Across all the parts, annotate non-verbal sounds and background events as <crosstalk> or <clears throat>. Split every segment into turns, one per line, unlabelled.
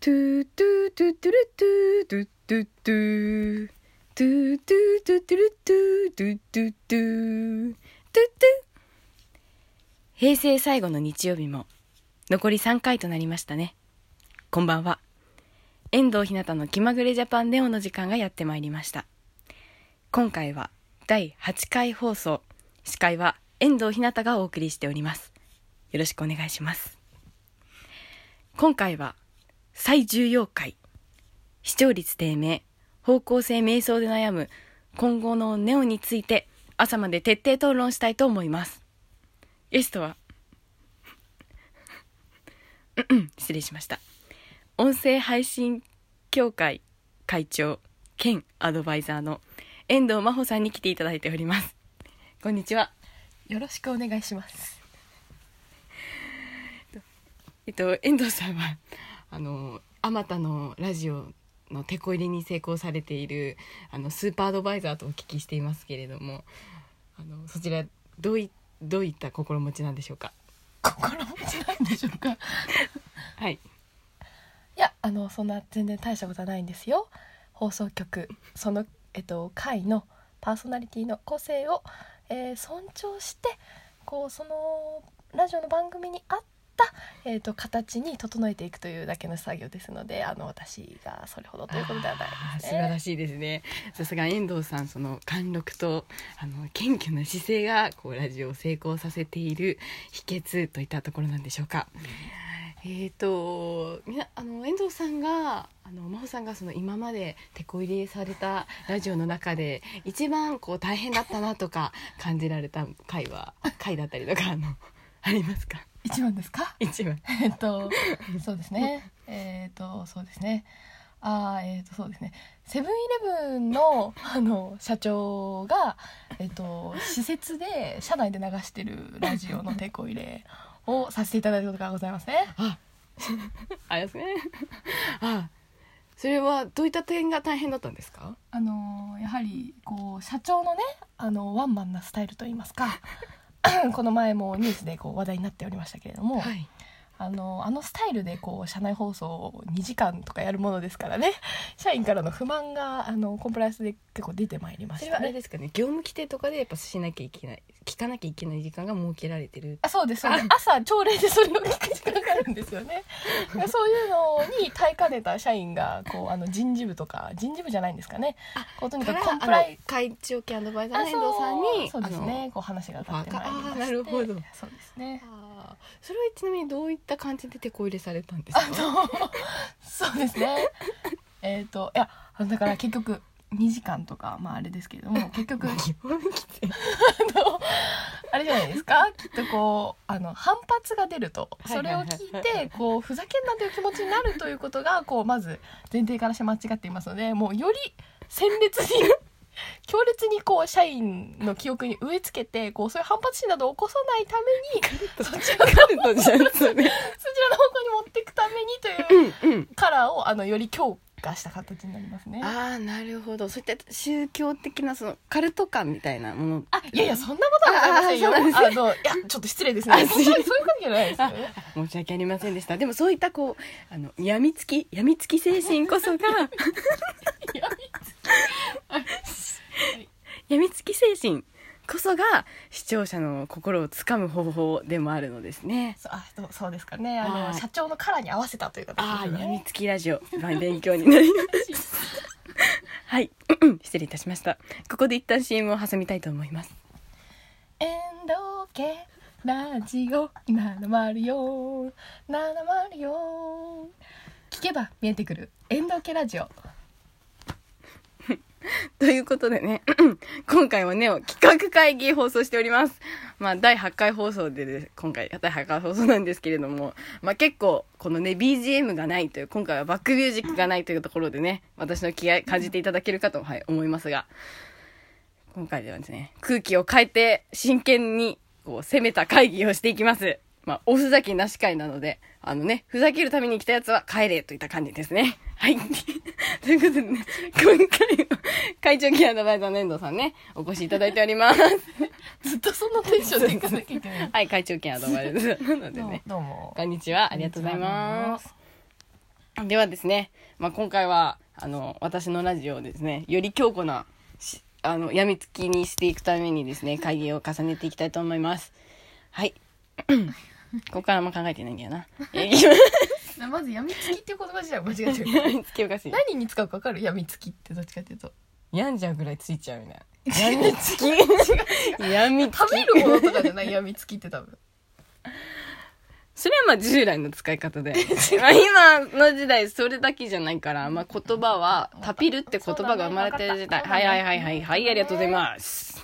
トゥトゥトゥトゥルトゥトゥトゥトゥトゥトゥトゥトゥルトゥトゥトゥトゥトゥトゥ平成最後の日曜日も残り3回となりましたねこんばんは遠藤ひなたの気まぐれジャパンネオの時間がやってまいりました今回は第8回放送司会は遠藤ひなたがお送りしておりますよろしくお願いします今回は最重要回視聴率低迷方向性迷走で悩む今後のネオについて朝まで徹底討論したいと思いますゲストは失礼しました音声配信協会会長兼アドバイザーの遠藤真帆さんに来ていただいておりますこんにちは
よろしくお願いします。
えっと遠藤さんはあのあまたのラジオのテこ入れに成功されているあのスーパーアドバイザーとお聞きしていますけれどもあのそちらどういどういった心持ちなんでしょうか
心持ちなんでしょうか。い
はい
や、あの、そんな全然大したことはないんですよ。放送局、その、えっと、会のパーソナリティの個性を、えー尊重して。こう、そのラジオの番組に合った、えっと、形に整えていくというだけの作業ですので、あの、私がそれほどということではない
あー
で
素
す
晴ら
ね。
しいですねさすが遠藤さんその貫禄とあの謙虚な姿勢がこうラジオを成功させている秘訣といったところなんでしょうか、えっ、とみなあの遠藤さんがあの真帆さんがその今まで手こ入れされたラジオの中で一番こう大変だったなとか感じられた回は回だったりとかあのありますか
一番ですか。
一番
えっと、そうですね。えっと、そうですね。あーえっと、そうですね。セブンイレブンの、あの、社長が、えっと、施設で、社内で流してるラジオのテこ入れをさせていただいたことがございますね。
あ、あれですね。あ、それはどういった点が大変だったんですか。
あのやはりこう社長のねあのワンマンなスタイルといいますか <laughs> この前もニュースでこう話題になっておりましたけれども、
い。
あのあのスタイルでこう社内放送を2時間とかやるものですからね <laughs> 社員からの不満があのコンプライアンスで結構出てまいりま
そ
し
れは
た
あれ
ね。
ですかね。業務規定とかでやっぱしなきゃいけない、聞かなきゃいけない時間が設けられてる。
あそうですそうです朝朝礼でそれを聞く時間があるんですよ
<laughs>
ねそういうのに耐えかねた社員がこうあの人事部とか人事部じゃないんですかね
あ
こうとに
か
からくコンプライ
あの会長兼アドバイザー
あ
の遠藤さんに、
そうそうです
あの。
ねこう話が立ってまいりま
あ
し
ー
て
なるほど
そうですね
あーそれはちなみにどういった感じで手こ入れされたんです
あ
か。
のそうですね <laughs> えっといやあのだから結局2時間とかまああれですけれども結
<laughs>
局
業務規定。
あれじゃないですかきっとこうあの反発が出ると
はい
そ
はい
れを
はい
聞いてこうふざけんなという気持ちになるということがこうまず前提からして間違っていますのでもうより鮮烈に <laughs> 強烈にこう社員の記憶に植え付けてこうそういう反発心などを起こさないためにそちらのそち
カルトじゃんそれ。
らの方向に持っていくためにと
う
いうん
うん。
カラーをあのより強化した形になりますね。
ああなるほど。そういった宗教的なそのカルト感みたいなもの。
あいやいやそんなことはございませんよ。
ああそうなんです
あのいやちょっと失礼ですね。
あ
本当にそういう
失
ことじゃないですよね。
申し訳ありませんでしたでもそういったこうあのやみつきやみつき精神こ <laughs> そが
いや
やみつき精神こそが視聴者の心をつかむ方法でもあるのですね
そうあそうそうですかねあの、
はい
社長のカラーに合わせたという形
ああ
です
やみ
ね
つきラジオまあ勉強になりますはい失礼いたしましたここで一旦 CM を挟みたいと思います
エンドケラジオ704 704聞けば見えてくるエンドケラジオ
<laughs> ということでね、 <clears throat> 今回はね、企画会議放送しております。まあ、第8回放送でです、今回、第8回放送なんですけれども、まあ結構、このね、BGM がないという、今回はバックミュージックがないというところでね、私の気合感じていただけるかと、はい、思いますが、今回ではですね、空気を変えて、真剣に、こう、攻めた会議をしていきます。まあ、おふざけなし会なので、あのね、ふざけるために来たやつは帰れといった感じですね。 <laughs> はい。ということでね、今回は、会長兼アドバイザーの遠藤さんね、お越しいただいております。
ずっとそのテンションでいかなきゃいけ <laughs> ない
はい、会長兼アドバイザーなので
どう
ね。
どうも
こんにちは、ありがとうございます。ではですね、まあ、今回はあの私のラジオをですねより強固なしあのやみつきにしていくためにですね会議を重ねていきたいと思いますはい <laughs> ここからあんま考えてないんだよなえ
なまずやみつきっていう言葉自体は間違えてる <laughs>
やみつきおかしい
何に使うか分かるやみつきってどっちかっていうと
病んじゃうぐらいついちゃうみ <laughs> たいなやみつきやみつき
食べるものとかじゃないやみつきって <laughs> 多分
それはまあ従来の使い方でまあ今の時代それだけじゃないから、まあ、言葉は「タピル」って言葉が生まれてる時代
そうだ
は
ね
いはいはいはいはいありがとうございます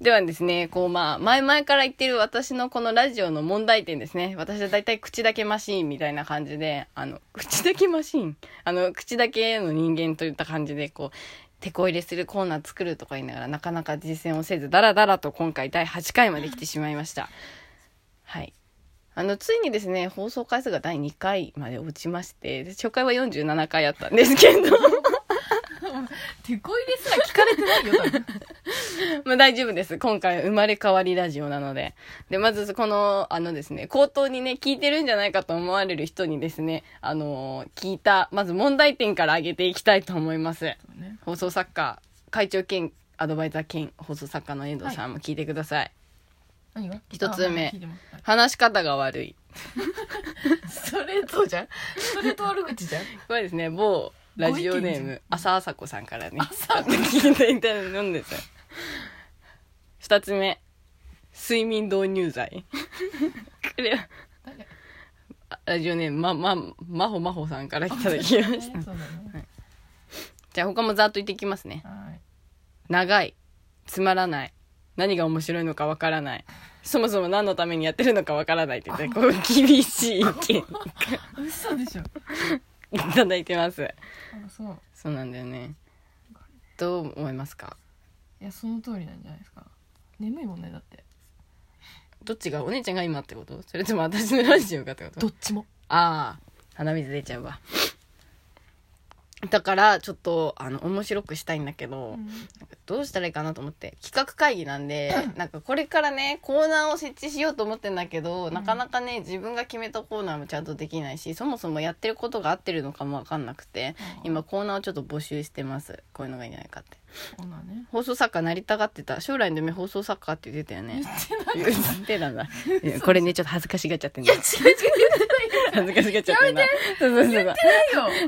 ではですねこうまあ前々から言ってる私のこのラジオの問題点ですね私は大体口だけマシーンみたいな感じであの口だけマシーンあの口だけの人間といった感じでこう手こ入れするコーナー作るとか言いながらなかなか実践をせずダラダラと今回第8回まで来てしまいましたはいあのついにですね放送回数が第2回まで落ちましてで初回は47回あったんですけど <laughs>
手こ入れすら聞かれてないよ多分
まあ大丈夫です今回は生まれ変わりラジオなのででまずこのあのですね口頭にね聞いてるんじゃないかと思われる人にですねあの聞いたまず問題点から上げていきたいと思います放送作家会長兼アドバイザー兼放送作家の遠藤さんも聞いてください、
何が
一つ目
あ聞いてますはい
話し方が悪い
それとじゃんそれと悪口じゃん
これですね某ラジオネー
ご意見じゃん
ム朝朝子さんからね聞いていただいたんですよ2つ目睡眠導入剤これは
誰
あラジオネームまままほまほさんからいただきま
え
した
ーそうだね
じゃあ他もざっと言っていきますね
はい
長いつまらない何が面白いのかわからないそもそも何のためにやってるのかわからないって言ってこう厳しい意見
嘘でしょ
いただいてます
あそう
そうなんだよねどう思いますか
いやその通りなんじゃないですか眠いもんねだって
どっちがお姉ちゃんが今ってことそれとも私のラジオがってこと
どっちも
ああ鼻水出ちゃうわだからちょっとあの面白くしたいんだけど、どうしたらいいかなと思って企画会議なん <coughs> でなんかこれからねコーナーを設置しようと思ってんだけど、なかなかね自分が決めたコーナーもちゃんとできないしそもそもやってることが合ってるのかも分かんなくて今コーナーをちょっと募集してますこういうのがいいんじゃないかって
こんなんね
放送作家なりたがってた将来の夢放送作家って言ってたよね言ってたん <laughs> だいやこれねちょっと恥ずかしがっちゃってんだ
違う違う
恥ずかしがっちゃってんだそうそうそうそう
違うよ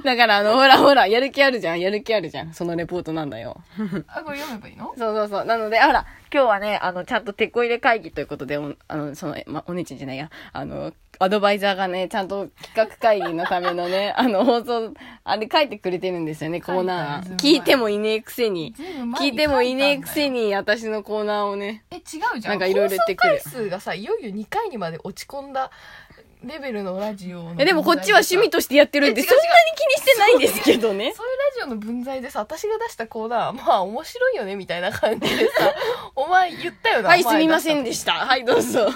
だからあのほらほらやる気あるじゃんやる気あるじゃんそのレポートなんだよ
あこれ読めばいいの
そうそうそう。なので、あら、今日はね、あの、ちゃんとテこ入れ会議ということで、おあの、その、ま、お姉ちゃんじゃないや、あの、アドバイザーがね、ちゃんと企画会議のためのね、あの、放送、あれ書いてくれてるんですよね、コーナー。
書いてある
聞いてもいねえくせに。
ずいぶん前
聞
に
いてもいねえく
書
せ
い
に、私のコーナーをね。
たんだよえ違うじゃん
なんかいろいろ言ってくる
放送回数がさいよいよ2回にまで落ち込んだレベルのラジオの
え、でもこっちは趣味としてやってるんで、
え違う
そんなに気にしてないんですけど <laughs> ね。
そういうラジオの分際でさ私が出したコーナーまあ面白いよねみたいな感じ
<laughs>
でさお前言ったよな
はい、
お
す
前
み
出
ま
した
せんでした。 <laughs> はい、どうぞ。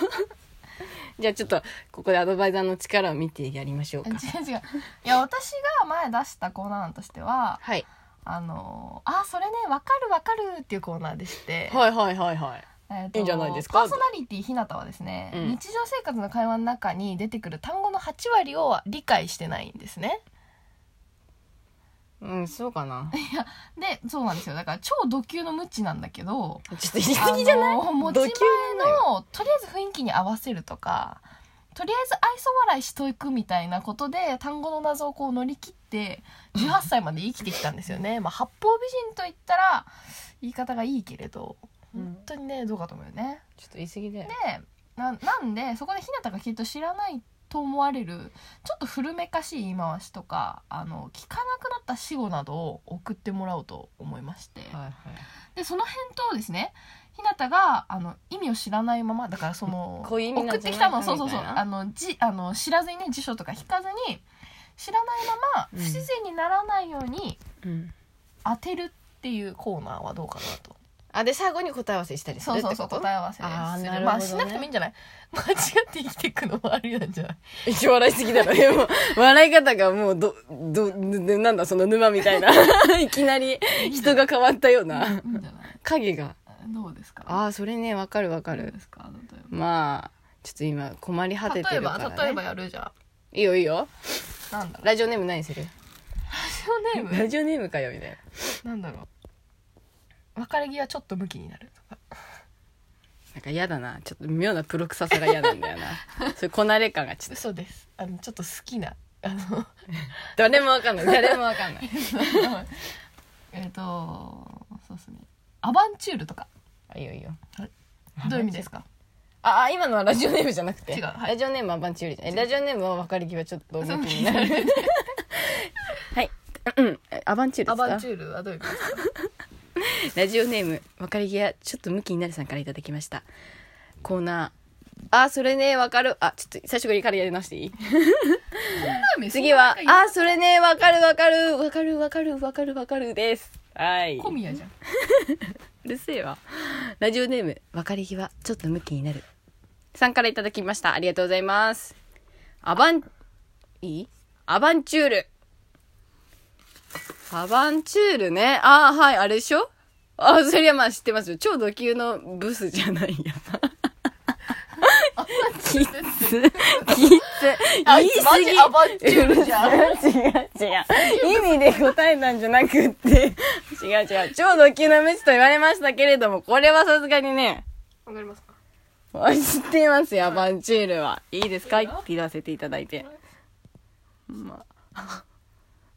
じゃあちょっと、ここでアドバイザーの力を見てやりましょう
違
か。
う <laughs> 違ういや私が前出したコーナーとしては
はい。
あのあそれねわかるわかるっていうコーナーでして、
はいはいはいはい。
えーと
いいんじゃないですか
パーソナリティひなたはですね、
うん
日常生活の会話の中に出てくる単語の8割を理解してないんですね
うん、そうかな。
でそうなんですよだから超ド級の無知なんだけど
<laughs> ちょっと言い過ぎじゃない
あの持ち
ド
前
級なの
のとりあえず雰囲気に合わせるとかとりあえず愛想笑いしといくみたいなことで単語の謎をこう乗り切って18歳まで生きてきたんですよねまあ八方美人と言ったら言い方がいいけれど
うん
本当にねどうかと思うよね。
ちょっと言い過ぎだよ
で。ななんでそこでひなたがきっと知らないと思われるちょっと古めかしい言い回しとかあの聞かなくなった死語などを送ってもらおうと思いまして。
はいはい。
でその返答をですねひなたがあの意味を知らないままだからそ
<laughs>
の
こういう意味な
送
ん
っ
じ
て
ゃない
きた
か
のそうそうそう
みたいな
あのじあの知らずにね辞書とか引かずに知らないまま
う
不
ん
自然にならないように
うん。
当てるっていうコーナーはどうかなと、
あ、で、最後に答え合わせしたりする
そう
ってこ
そ
と
うそう答え合わせです
あーなるほどね
まあしなくてもいいんじゃない間違って生きていくのもあるなんじゃない
一応笑いすぎ <laughs> だろ。でも笑い方がもう、ど、ど、ぬなんだ、その沼みた <laughs> いな。いきなり人が変わったような。
いいんじゃない
影が。
どうですか
ああ、それね、わかるわか
どう
る
で。すか例えば
まあ、ちょっと今困り果てて
例え
るか
ば
ら、ね。
例えばやるじゃん
いいよいいよ。
なんだろ
ラジオネーム何にする
う
<laughs>
ラジオネー
ラ
ム
ジオネームかよみたいな
なんだろう別れ際ちょっとムキになるとか
なんか嫌だなちょっと妙なプロ臭さが嫌なんだよな <laughs> そういうこなれ感がちょっと
嘘ですあのちょっと好きなあの
誰もわかんない誰もわかんない
えっとそうですねアバンチュールとか
あいいよいいよ
どういう意味ですか
ああ今のはラジオネームじゃなくて
違うはい
ラジオネームはバンチューリじゃないラジオネームは分かりきはちょっと向きになるはいうんアバンチュールですか
アバンチュールはどういう意味ですか
ラジオネーム分かりきはちょっと向きになるさんからいただきましたコーナーあそれねわかるあちょっと最初からやり直して <laughs> いい次は
そんな
あそれねわかるわかるわかるわかるわかるわかるですはい
小宮じゃん
うるせえわラジオネーム分かり際ちょっと向きになるさんからいただきましたありがとうございますアバンいいアバンチュールアバンチュールねああはいあれでしょあそりゃまあ知ってますよ超ド級のブスじゃない <laughs> やキッズキッズ
あ
言い過
マ
ぎ
ジアバンチュールじゃん
違う違う違う。意味で答えたんじゃなくって。違う違う。超ド級の飯と言われましたけれども、これはさすがにね、
わかりますか
知っていますよ、アバンチュールは。いいですか言わせていただいて。まあ、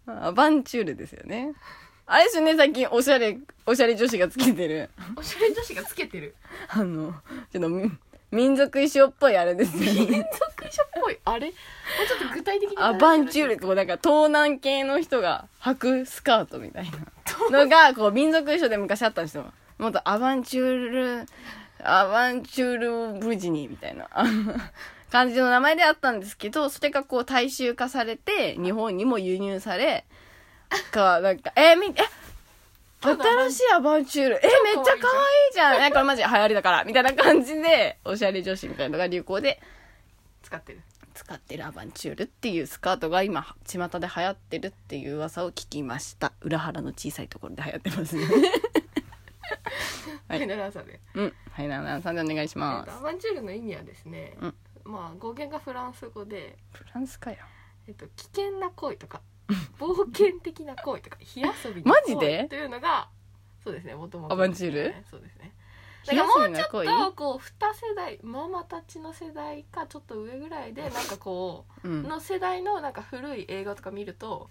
アバンチュールですよね。あれですよね、最近おしゃれ、おしゃれ女子がつけてる。
おしゃれ女子がつけてる
あの、ちょっとみ、民族衣装っぽいあれですよね。
民族衣装っぽいあれもうちょっと具体的に <laughs>
アバンチュールこうなんか東南系の人が履くスカートみたいなのがこう民族衣装で昔あったんですよもっとアバンチュールアバンチュールブジニーみたいな <laughs> あの感じの名前であったんですけどそれがこう大衆化されて日本にも輸入されかなんかえー、みえ新しいアバンチュールえめっちゃ可愛いじゃんえこれマジ流行りだからみたいな感じでおしゃれ女子みたいなのが流行で
使ってる
使ってるアバンチュールっていうスカートが今巷で流行ってるっていう噂を聞きました裏腹の小さいところで流行ってますね <laughs>
<laughs>
はい
ヘナラーサで
うんはいななさんでお願いし
えっ
ま
とア
す
バンチュールの意味はですね、
うん
まあ語源がフランス語で、
フランスかよ
えっと、危険な恋
<laughs>
とか冒険的な恋とか火遊びの
マジ
恋
で
というのがそうですねもともと
アバンチュール
そうですね
火
だ
遊
からも
び
う
の
ちょっ
恋
とこう二世代ママたちの世代かちょっと上ぐらいでなんかこ
う
う、
ん
の世代のなんか古い映画とか見ると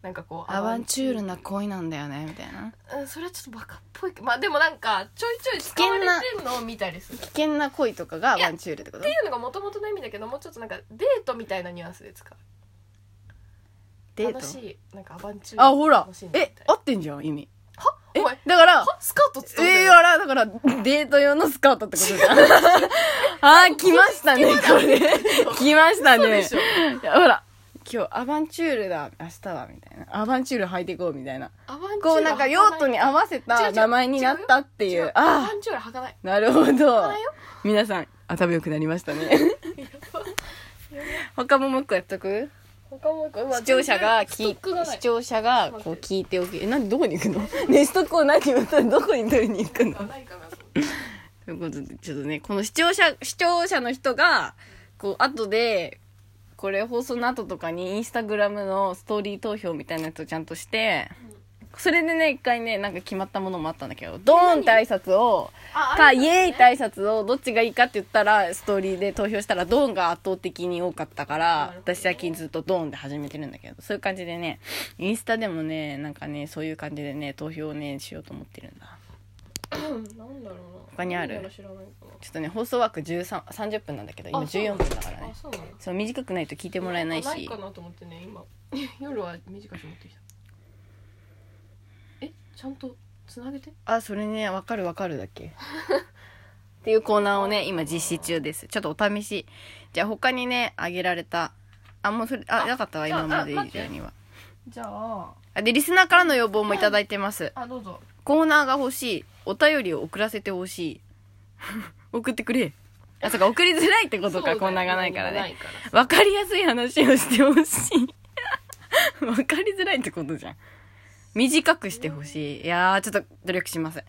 なんかこう
アバンチュールな恋なんだよねみたいな
うん、それはちょっとバカっぽいけどまあでもなんかちょいちょい使われてるのを見たりするっ
危険な恋とかがアバンチュールってこと
ていうのがもともとの意味だけどもうちょっとなんかデートみたいなニュアンスで使う
デ
楽し
ート
いなんかアバンチュール
あほら
楽しんでみ
え
たいな
合ってんじゃん意味
は
え
お前
だから
はスカートつ
え
とんだ
ー、
よ
あらだからデート用のスカートってことじ <laughs> ゃんあー来ましたねこれ来ました
そう
ね
でしょ
いやほら今日アバンチュールだ明日はみたいなアバンチュール履いていこうみたいな
アバンチュール
こうなんか用途に合わせ
違う違
た
う
名前になったってい
違
う
うア
あ
バンチュール履かない
あなるほ
履
ど
かないよ
皆さん頭良くなりましたね他ももう一個やっとく
他もう一個うわ
視聴者が
全然
聞
ストックがない
視聴者がこう聞いておきえなんどこに行くの <laughs> ねストックを何にどこに取りに行くの
ないかなと思って
ということで、ちょっとね、この視聴者、視聴者の人が、こう、後で、これ放送の後とかにインスタグラムのストーリー投票みたいなやつをちゃんとして、それでね、一回ね、なんか決まったものもあったんだけど、ドーンって挨拶を、
あ
か、
あれ
イエーイって挨拶を、どっちがいいかって言ったら、ストーリーで投票したら、ドーンが圧倒的に多かったか
な
ら
るほ、どね
私最近ずっとドーンで始めてるんだけど、そういう感じでね、インスタでもね、なんかね、そういう感じでね、投票をね、しようと思ってるんだ。
うんなんだろうな
他にある
なんだろう知らないかな
ちょっとね放送枠13 30分なんだけど今
あそうな
14
ん
分だからね
あそうなの
そう短くないと聞いてもらえない
ない
し
かなと思ってね今 <laughs> 夜は短く持ってきたえちゃんとつなげて
あそれねわかるわかるだっけ <laughs> っていうコーナーをね今実施中ですちょっとお試しじゃあ他にねあげられたあもうそれあ
あ
なかったわ
じゃあ
今まで以
あ待って
上には
じゃあ
あでリスナーからの要望もいただいてます
あどうぞ
コーナーが欲しいお便りを送らせてほしい <laughs> 送ってくれあそうか送りづらいってこと
そうだ
か
よ
コーナーがないからね
ないから
わかりやすい話をしてほしい。 <laughs> わかりづらいってことじゃん。短くしてほしい。いやー、ちょっと努力します。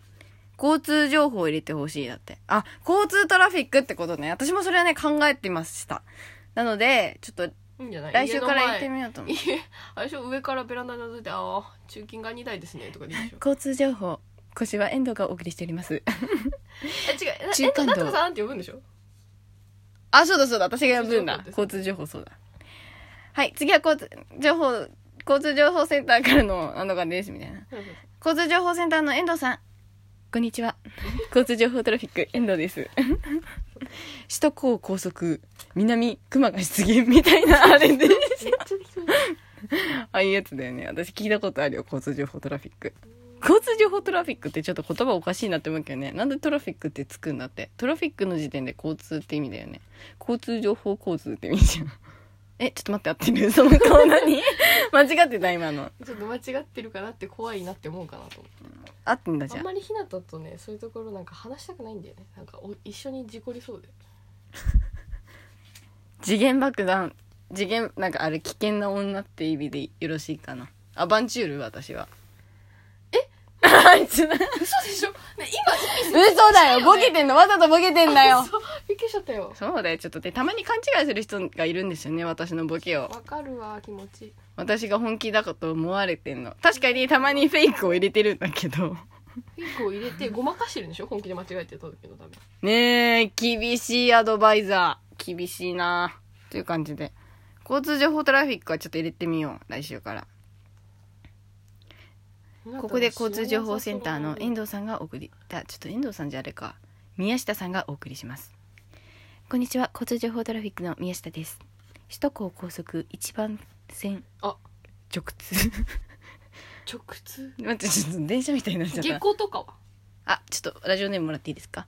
交通情報を入れてほしいだって。あ、交通トラフィックってことね。私もそれはね、考えてました。なので、ちょっと
いいんじゃない
来週から行って
み
みようと思う
あれでしょ上からベランダに覗いて「ああ中金が2台ですね」とかでいいでしょ
交通情報腰は遠藤がお送りしております
え違うな
中間道
えなんとかさんって呼ぶんでしょ
<laughs> あ、そうだそうだ、私が呼ぶんだ。
交
交通情報、そうだ。はい、次は交通情報、交通情報センターからの、あのがです、みたいな。交通情報センターの遠藤さん。こんにちは。交通情報トラフィック、遠藤です。首都高高速、南熊が出現、みたいな、あれで。
めっちゃ低い
ああいうやつだよね。私聞いたことあるよ、交通情報トラフィック。交通情報トラフィックってちょっと言葉おかしいなって思うけどね。なんでトラフィックってつくんだって。トラフィックの時点で交通って意味だよね。交通情報交通って意味じゃん。 <laughs> え、ちょっと待って、合ってるその顔何 <laughs> 間違ってた、今の。
ちょっと間違ってるかなって怖いなって思うかなと思って
合ってんだじゃ
あん
ん。
まりひなたとねそういうところなんか話したくないんだよねなんかお一緒に事故りそうで
次元爆弾。次元、なんかあれ、危険な女って意味でよろしいかな。アバンチュール、私は。えあ <laughs> いつな
嘘でしょ、ね、今
嘘だよボケてんのわざとボケてんだよ
そうびっくりしちゃったよ
そうだよ、ちょっとで、たまに勘違いする人がいるんですよね、私のボケを。
わかるわ気持ち
私が本気だかと思われてんの。確かにたまにフェイクを入れてるんだけど。
フェイクを入れてごまかしてるんでしょ本気で間違えてた時のため
ねえ、厳しいアドバイザー。厳しいなという感じで。交通情報トラフィックはちょっと入れてみよう、来週から。ここで交通情報センターの遠藤さんがお送りだちょっと遠藤さんじゃあれか宮下さんがお送りしますこんにちは交通情報トラフィックの宮下です首都高高速一番線
あ
直通
直通
待ってちょっと電車みたいになっちゃっ
下
た
校とかは
あちょっとラジオネームもらっていいですか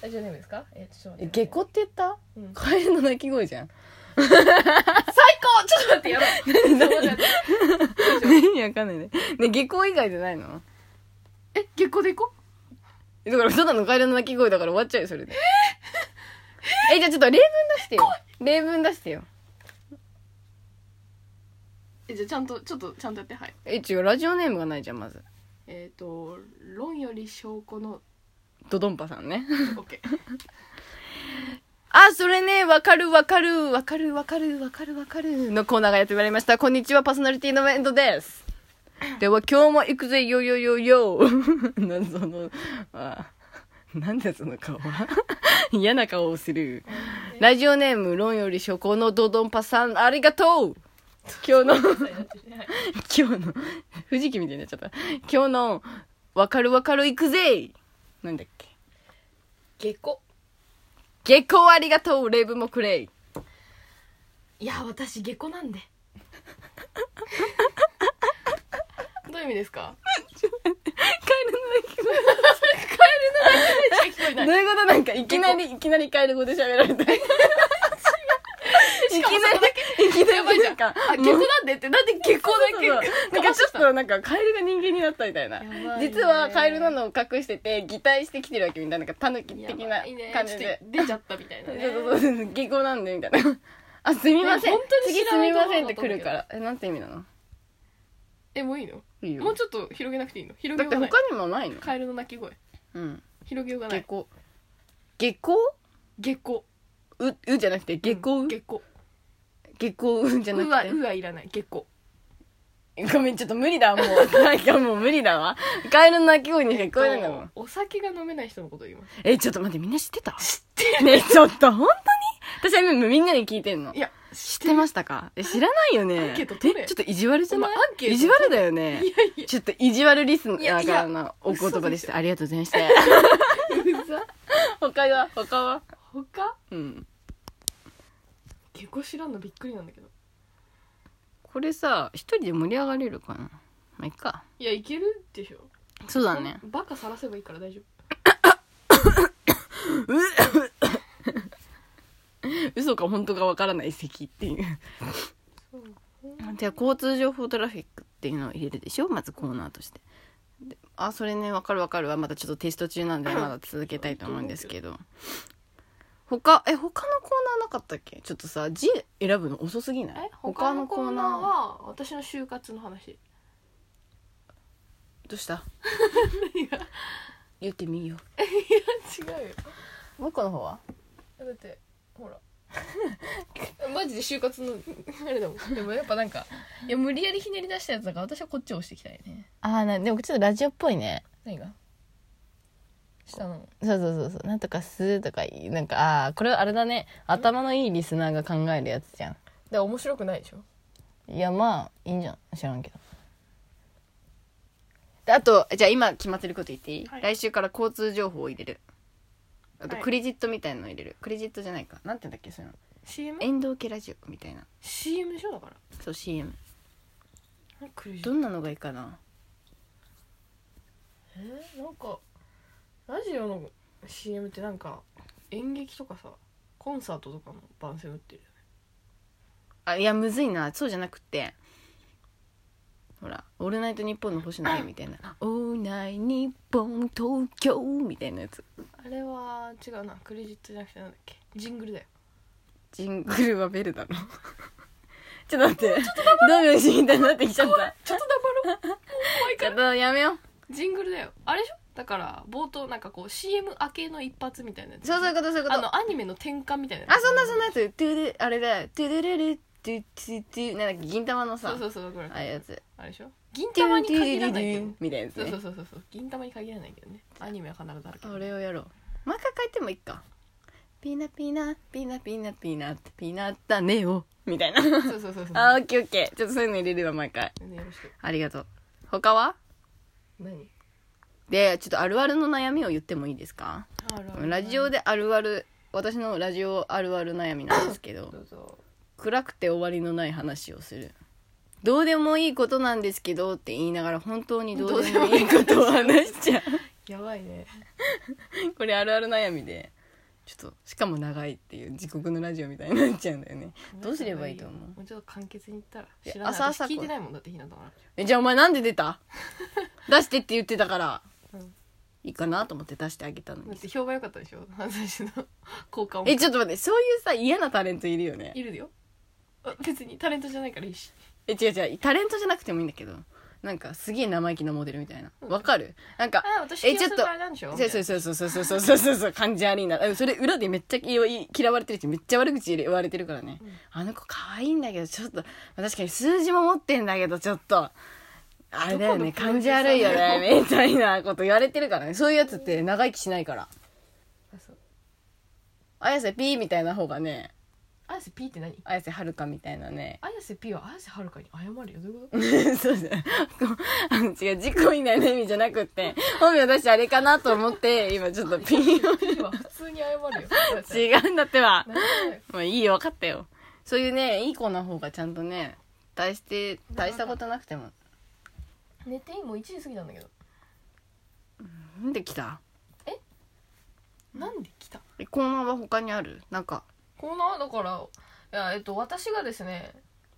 大丈夫ですかえちょっと待っ
下
て
校って言った、
うん
カエルの鳴き声じゃ <laughs> ん
最高ちょっと待ってやばい <laughs> ちょっと待って
<laughs> 意味わかんないねね下校以外じゃないの
え下校で行こう
だからただのカエルの鳴き声だから終わっちゃうよそれでえじゃあちょっと例文出してよ例文出してよ
えじゃあちゃんとちょっとちゃんとやってはい
え違うラジオネームがないじゃんまず
えっ、と論より証拠の
ドドンパさんね
オッケー
あそれねわかるわかるわかるわかるわかるわかるのコーナーがやってまいりましたこんにちはパーソナリティのエンドですでは今日も行くぜよよよよなんそのあなんだその顔は嫌な顔をするラジオネーム論より初行のドドンパさんありがとう今日の <laughs> 今日の藤木みたいになっちゃった今日のわかるわかる行くぜなんだっけ
下校
月光ありがとうレイブもくれい
いや私下校なんでどういう意味ですかめっちゃ聞こえない
どういうことなんかいきなりいきなりカエル語で喋られた
<laughs>
いきなり
しかもそこだ
いきな
やばい
り
じ
な
ゃ
ん
ん
か
あ下校なんでってなんで下校だけ
なんかちょっとなんかカエルが人間になったみたいな
ばいね
実はカエルなのを隠してて擬態してきてるわけみたいななんかタヌキ的な感じ
や
で
ばいねちょっと出ちゃったみたいな
そう
ね
そうそう下校なんでみたいな <laughs> あすみません
ね本当に
次
知
す
らな
み
いと
ま
思う
せんって来るからえなんて意味なの
えもういいの
いいよ
もうちょっと広げなくていいの広
だ
げ
っ
よう
て
がない
他にもないの
カエルの鳴き声
うん
広げようがな
下
い
校下校
下校
ううじゃなくて下校
下校
下校うじゃな
うわ
くて
うわいらない下校
ごめん、ちょっと無理だ、もう。 <laughs> なんかもう無理だわ。カエルの鳴き声にしか聞こえないんだもん。
お酒が飲めない人のことを言います
え、ちょっと待って、みんな知ってた知ってる。ねえ、ちょっと、本当に私は今みんなに聞いてんの。
いや
知ってましたかえ、知らないよね。
アンケート取れ
えちょっと意地悪じゃない
お前アンケート
意地悪だよね
い。やいや
ちょっと意地悪リスナ
いや
ー
い
か
や
らのお言葉でし。
嘘でしたょ
ありがとうございました。
うざ
<laughs> 他は他は
他
うん。
結構知らんのびっくりなんだけど
これさ、一人で盛り上がれるかなまあ、いっか。
いやいけるでしょ
そうだね。
バカさらせばいいから大丈
<laughs> 嘘か本当かわからない席っていう。
夫そう
じゃあ交通情報トラフィックっていうのを入れるでしょまずコーナーとしてであそれねわかるわかるはまだちょっとテスト中なんでまだ続けたいと思うんですけど他え他のコーナーなかったっけちょっとさ字選ぶの遅すぎない
え他のコーナーは私の就活の話
どうした言ってみいよ
違うよ
もう一個の方は
だってほら <laughs> ママジで就活のあれだもん
でもやっぱなんかいや無理やりひねり出したやつだから私はこっちを押していきたいね
ああでもちょっとラジオっぽいね
何が下の
そうそうそうそうなんとかすとかいいなんかああこれはあれだね頭のいいリスナーが考えるやつじゃ
で面白くないでしょ
んいやまあいいんじゃん知らんけどであとじゃあ今決まってること言っていい、
はい
来週から交通情報を入れるあと
はい
クレジットみたいなの入れる、クレジットじゃないかなんて言うんだっけそういうの
CM?CM
遠藤系ラジオみたいな
でしょだから
そう CM
クレジッ
どんなのがいいかな
えーなんかラジオの CM ってなんか演劇とかさコンサートとかの番宣売ってるよね
あいやむずいなそうじゃなくてほら「オールナイトニッポン」の星野源みたいな「オールナイトニッポン東京」みたいなやつ
あれは違うなクレジットじゃなくてなんだっけジングルだよ
ジングルはベル <laughs> だろちょっと待ってどうよしみたいになってきちゃった
ちょっと黙ろう怖い
<laughs> ちょっとやめよう
ジングルだよあれでしょだから冒頭なんかこう CM 明けの一発みたいなやつ
そうそういうことそういうこと
あのアニメの転換みたいな
あそんなそんなやつトゥルあれだよトゥルルルトゥトゥトゥなんだっけ銀玉のさ
そうそうそうこれ
ああいうやつ
あれでしょ銀玉に限らない
トゥル
け
ルル
ど
ルみたいなやつ
そうそう
ね
そうそうそう銀玉に限らないけどねアニメは必ずあるけど
あれをやろう毎回書いてもいいかピーナピーナピーナピーナピーナピーナッタネオみたいな
そうそうそうそう
あーオッケーオッケーちょっとそういうの入れるわ毎回
ねよろしく
ありがとう他は
何
でちょっとあるあるの悩みを言ってもいいですか
あるある
ラジオであるある私のラジオあるある悩みなんですけど
どうぞ
暗くて終わりのない話をするどうでもいいことなんですけどって言いながら本当にどうでもいいことを話しちゃう
やばいね
<laughs> これあるある悩みでちょっとしかも長いっていう自国のラジオみたいになっちゃうんだよねどうすればいいと思う
もうちょっと簡潔に言ったら
いや
知らない
朝
私
朝
聞いてないもんだってひなたの話
えじゃあお前なんで出 <laughs> た出してって言ってたから、
うん
いいかなと思って出してあげたの
だっ
に
て評判良かったで
<laughs>
しょ最初の <laughs> 効果音
えちょっと待ってそういうさ嫌なタレントいるよね
いるよあ別にタレントじゃないからいいし
え違う違うタレントじゃなくてもいいんだけどなんかすげえ生意気なモデルみたいなわかるなんか
あ私
え
起用
ちょっ
す
と
るからなんでしょみた
そ
いうな
そうそうそうそうそうそうそうそう感じ悪いなうんそれ裏でめっちゃ嫌われてるしめっちゃ悪口言われてるからね、
うん
あの子可愛いんだけどちょっと確かに数字も持ってんだけどちょっとあれだよね
どこのプロ
感
デ
じ
ューサー
悪いよ
だ
ねみたいなこと言われてるからねそういうやつって長生きしないから
あそう
綾瀬 P みたいな方がね
綾瀬 P って何
綾瀬はるかみたいなね
綾瀬 P は綾瀬はるかに謝るよどういうこ
<laughs> そうじゃんこあの違う事故以外の意味じゃなくって本名出してあれかなと思って今ちょっと P を <laughs>
と P は普通に謝るよ
違うんだってば
なんで
まあいいよ分かったよそういうねいい子の方がちゃんとね大して大したことなくても
寝ていいもう1時過ぎなんだけど
なんで来た
なんで来た
えコーナーは他にあるなんか
コーナーだからいや、えっと、私がですね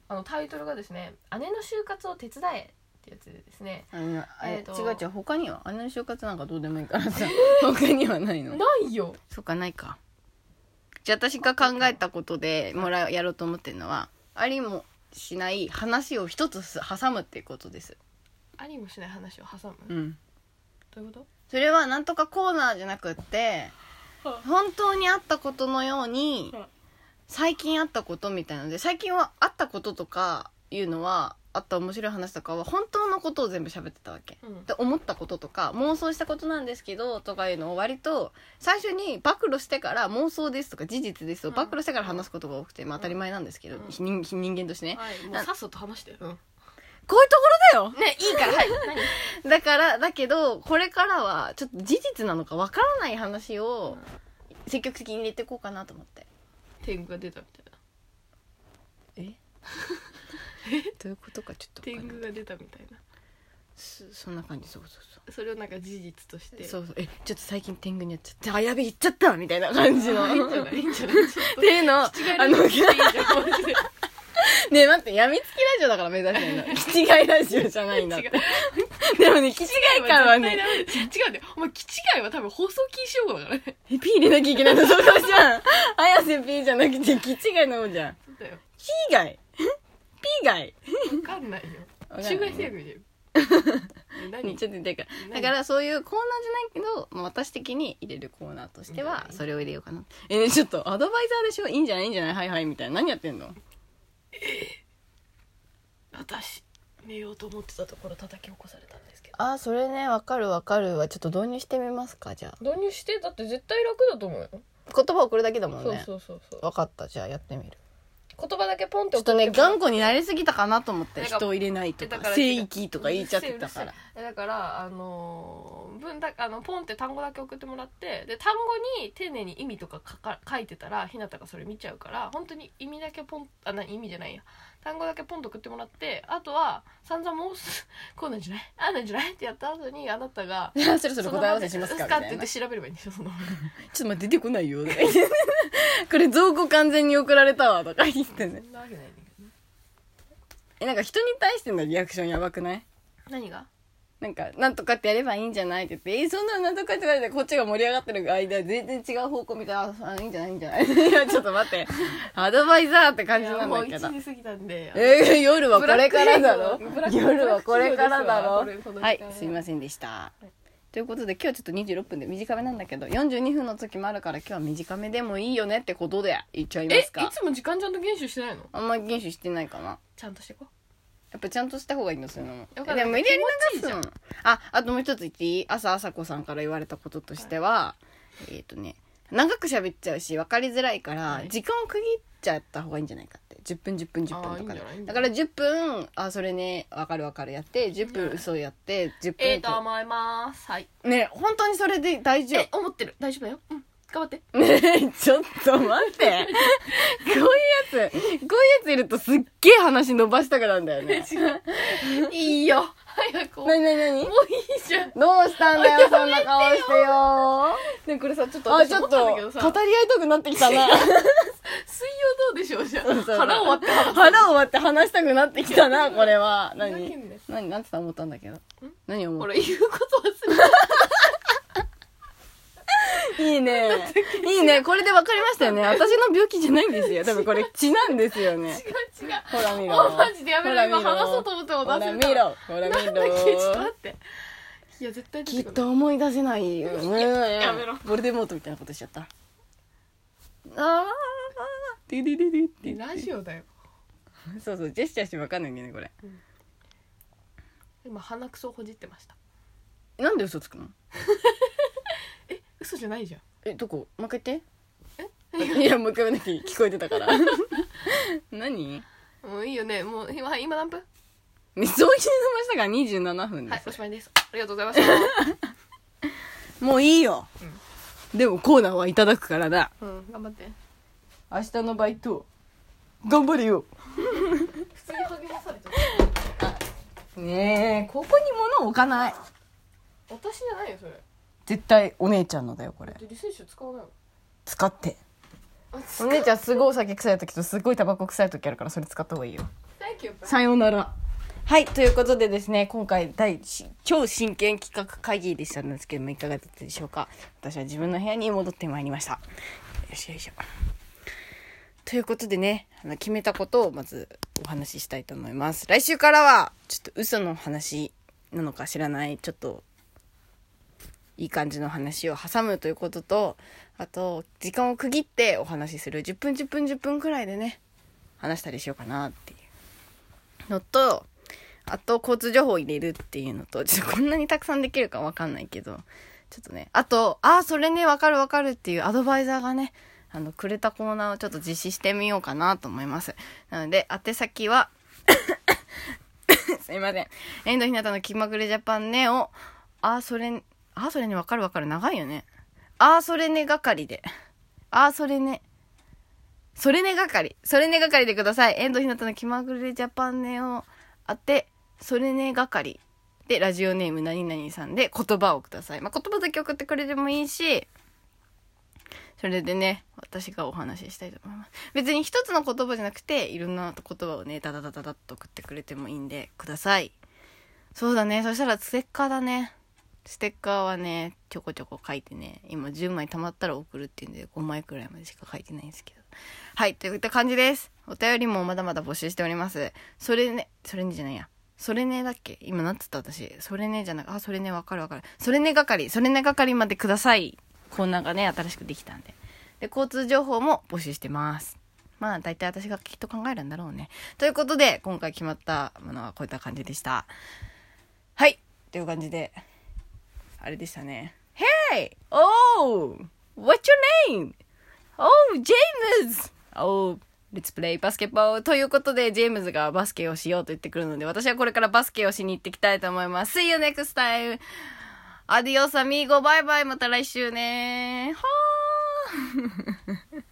あのタイトルがですね「姉の就活を手伝え」ってやつでですね
あのえ
えーと
違う違う他にはあんなに就活なんかどうでもいいからさ <laughs> 他にはないの
ないよ
そうかないかじゃあ私が考えたことでもらうやろうと思ってるのはありもしない話を一つす挟むっていうことです
ありもしない話を挟む、
うん
どういうこ
それはなんとかコーナーじゃなくって
は
本当にあったことのように
はい
最近あったことみたいなので最近はあったこととかいうのはあった面白い話とかは本当のことを全部喋ってたわけ。
と、うん
で思ったこととか妄想したことなんですけどとかいうのを割と最初に暴露してから妄想ですとか事実ですを暴露してから話すことが多くて、まあ、当たり前なんですけど、
うん
人人間としてね
はい、もうさっさと話してよ、うん、
こういうところだよ
ねいいから <laughs> はい何
だからだけどこれからはちょっと事実なのかわからない話を積極的に入れていこうかなと思って
天狗が出たみたい
<laughs>
な
えどういうことかちょっとわか
天
んない
狗が出たみたいな
そそんな感じそうそうそ
それをなんか事実として
うそうそうえちょっと最近天狗にやっちゃってあやべえ行っちゃったみたいな感じの
<laughs> あいいんじゃ
っ
ないいいんじゃないちょっと
ていうのをあ
違い
の
ないいいじ <laughs> ゃんマジで
ねえ待ってやみつきラジオだから目指 <laughs> してんの気違いラジオじゃないんだってでもね気違い感はね
絶対ダメ違うんだよお前気違いは多分放送禁止用語だからね
え P 入れなきゃいけないのそこじゃん綾瀬 P じゃなくて気違いの方じゃん
そうだよ
<laughs> 気以外 P 以外
わかんないよ中外製薬じゃ
ち
ん <laughs>
ょっと痛いからだからそういうコーナーじゃないけど、まあ、私的に入れるコーナーとしては
うん
それを入れようかなえちょっとアドバイザーでしょいいんじゃないいいんじゃないはいはいみたいな何やってんの
私寝ようと思ってたところ叩き起こされたんですけど
あそれねわかるわかるはちょっと導入してみますかじゃあ
導入してだって絶対楽だと思うよ、
言葉送るだけだもん
そう
ね
そうそうそう
わかったじゃあやってみる
言葉だけポンっ
ち
て
ょっとね頑固になりすぎたかなと思って
なんか
人を入れないと
だ
か
から
正義とか言っちゃってたから
らだからあのー文だあのポンって単語だけ送ってもらってで単語に丁寧に意味とか書か書いてたらひなたがそれ見ちゃうから本当に意味だけポンあな意味じゃないや単語だけポンと送ってもらってあとは散々もうす <laughs> こうなんじゃないああなんじゃないってやった後にあなたが
<laughs> そろそろ答え合わせしますかみ
その場
たい
で
なち
うんって言って調べればいいんでしょその場で
ょっと待って出てこないよとか言って <laughs> これ造語完全に送られたわとか言ってね
そ
<laughs>
んなわけないんだけどね
えなんか人に対してのリアクションやばくない
何が
なんか、なんとかってやればいいんじゃないって言って、えーそんなのなんとかって言われて、こっちが盛り上がってる間、全然違う方向見て、あ、あいいんじゃないいいんじゃない <laughs> いや、ちょっと待って。アドバイザーって感じなん
もう
だ
1
けど。
時過ぎたんで
<laughs> えー夜はこれからだろ
ブラック企業
夜はこれからだろ
ブラック企業ですわこれこの時間
はい、すいませんでした。ということで今日ちょっと26分で短めなんだけど42分の時もあるから今日は短めでもいいよねってことで言っちゃいま
えい
すか
つも時間ちゃんと厳守してないの
あんまり厳守してないかな
ちゃんとしていこ
やっぱちゃんとした方がいいのそういうのも
よかった
でも無理やり流す
気持ちいい
のああともう一つ言っていい朝朝子さんから言われたこととしては、えっ、とね長く喋っちゃうし分かりづらいから、
はい
時間を区切っちゃった方がいいんじゃないかって10分10分10
あー
分とか
い
で
いんじゃないいいんじ
だ
ゃ
か
な
ら10分あそれね分かる分かるやって10分嘘やって10分
うええと思いますはい
ね本当にそれで大丈
え
夫
思ってる大丈夫だようん頑張って
ねちょっと待ってこういうやつこういうやついるとすっげえ話伸ばしたくなんだよ
<laughs>
ね
<laughs> いいよ早くもうい
何何何
いじゃん
どうしたんだよ、そんな顔してよ。あ、
ねこれさちょっと
ち
私
ょ
思
っ
っ
と、
たん
語
だ
り
け
合いた
どさ
くなってきたな。
水曜どうでしょうじゃん
そう
腹を割って
腹を割って話したくなってきたな、これは。
ふざ
何
けんなよ
何なんて思ったんだけど。何思う
俺言うこと忘れた
いいね。いいね。これで分かりましたよね。私の病気じゃないんですよ。多分これ血なんですよね。
違う違う
ほら見ろ。
おマジでやめろ今
ほら見ろ
話そうと思っても
ほ
忘
ら
れ
見
た
ろ。ほら見
なんだっけちょっと待
ろ。
っていや絶対出
きって
こない
と思い出せないよ。や
めろ
ボルデモートみたいなことしちゃった。ああ。デデデデデデ
ラジオだよ
そうそうジェスチャーしても分かんないんだよねこれ
今鼻くそをほじってました
なんで嘘つくの
え嘘じゃないじゃん
えどこもう一回言って <laughs> いやもう一回言わなきゃ聞こえてたから <laughs> 何
もういいよねもう今今何分
みそういう伸ばしたから27分で
はい
す、
おしまいですありがとうございました
もういいよ、でもコーナーはいただくからな
<laughs> うん、頑張って。
明日のバイト頑張れよ
普通に励まされてる。
ねえここに物置かない
私じゃないよ、それ。
絶対お姉ちゃんのだよこれ
リセッシュ使わ <laughs> ないの。
使って
あ
お姉ちゃんすごいお酒臭い時とすごいタバコ臭い時あるからそれ使った方がいいよ
Thank you.
さようなら。はい、ということでですね、今回第し超真剣企画会議でしたんですけども、いかがだったでしょうか。私は自分の部屋に戻ってまいりました。よしよいしょ。ということでね、あの決めたことをまずお話ししたいと思います。来週からは、ちょっと嘘の話なのか知らない、ちょっと、いい感じの話を挟むということと、あと、時間を区切ってお話しする10分10分10分くらいでね、話したりしようかなっていう。のとあと交通情報を入れるっていうのとちょっとこんなにたくさんできるかわかんないけどちょっとねあとああそれねわかるわかるっていうアドバイザーがねあのくれたコーナーをちょっと実施してみようかなと思いますなので宛先は <coughs> すいません遠藤ひなたの気まぐれジャパンねをああそれああそれねわかるわかる長いよねああそれね係でああそれねそれねがかり。それねがかりでください。遠藤ひなたの気まぐれジャパンネを当て、それねがかり。で、ラジオネーム何々さんで言葉をください。まあ、言葉だけ送ってくれてもいいし、それでね、私がお話ししたいと思います。別に一つの言葉じゃなくて、いろんな言葉をね、ダダダダダっと送ってくれてもいいんで、ください。そうだね。そしたらステッカーだね。ステッカーはね、ちょこちょこ書いてね、今10枚溜まったら送るっていうんで、5枚くらいまでしか書いてないんですけど。はい、といった感じです。お便りもまだまだ募集しております。それね、それねじゃないや。それねだっけ今なっつった私それねじゃなくあそれねわかるわかるそれね係それね係までくださいコーナーがね新しくできたんでで交通情報も募集してますまあ大体私がきっと考えるんだろうねということで今回決まったものはこういった感じでしたはいという感じであれでしたね Hey! Oh! What's your name? Oh, James! Oh, let's play basketball! ということで、ジェームズがバスケをしようと言ってくるので、私はこれからバスケをしに行ってきたいと思います。See you next time! アディオスアミーゴバイバイまた来週ねはー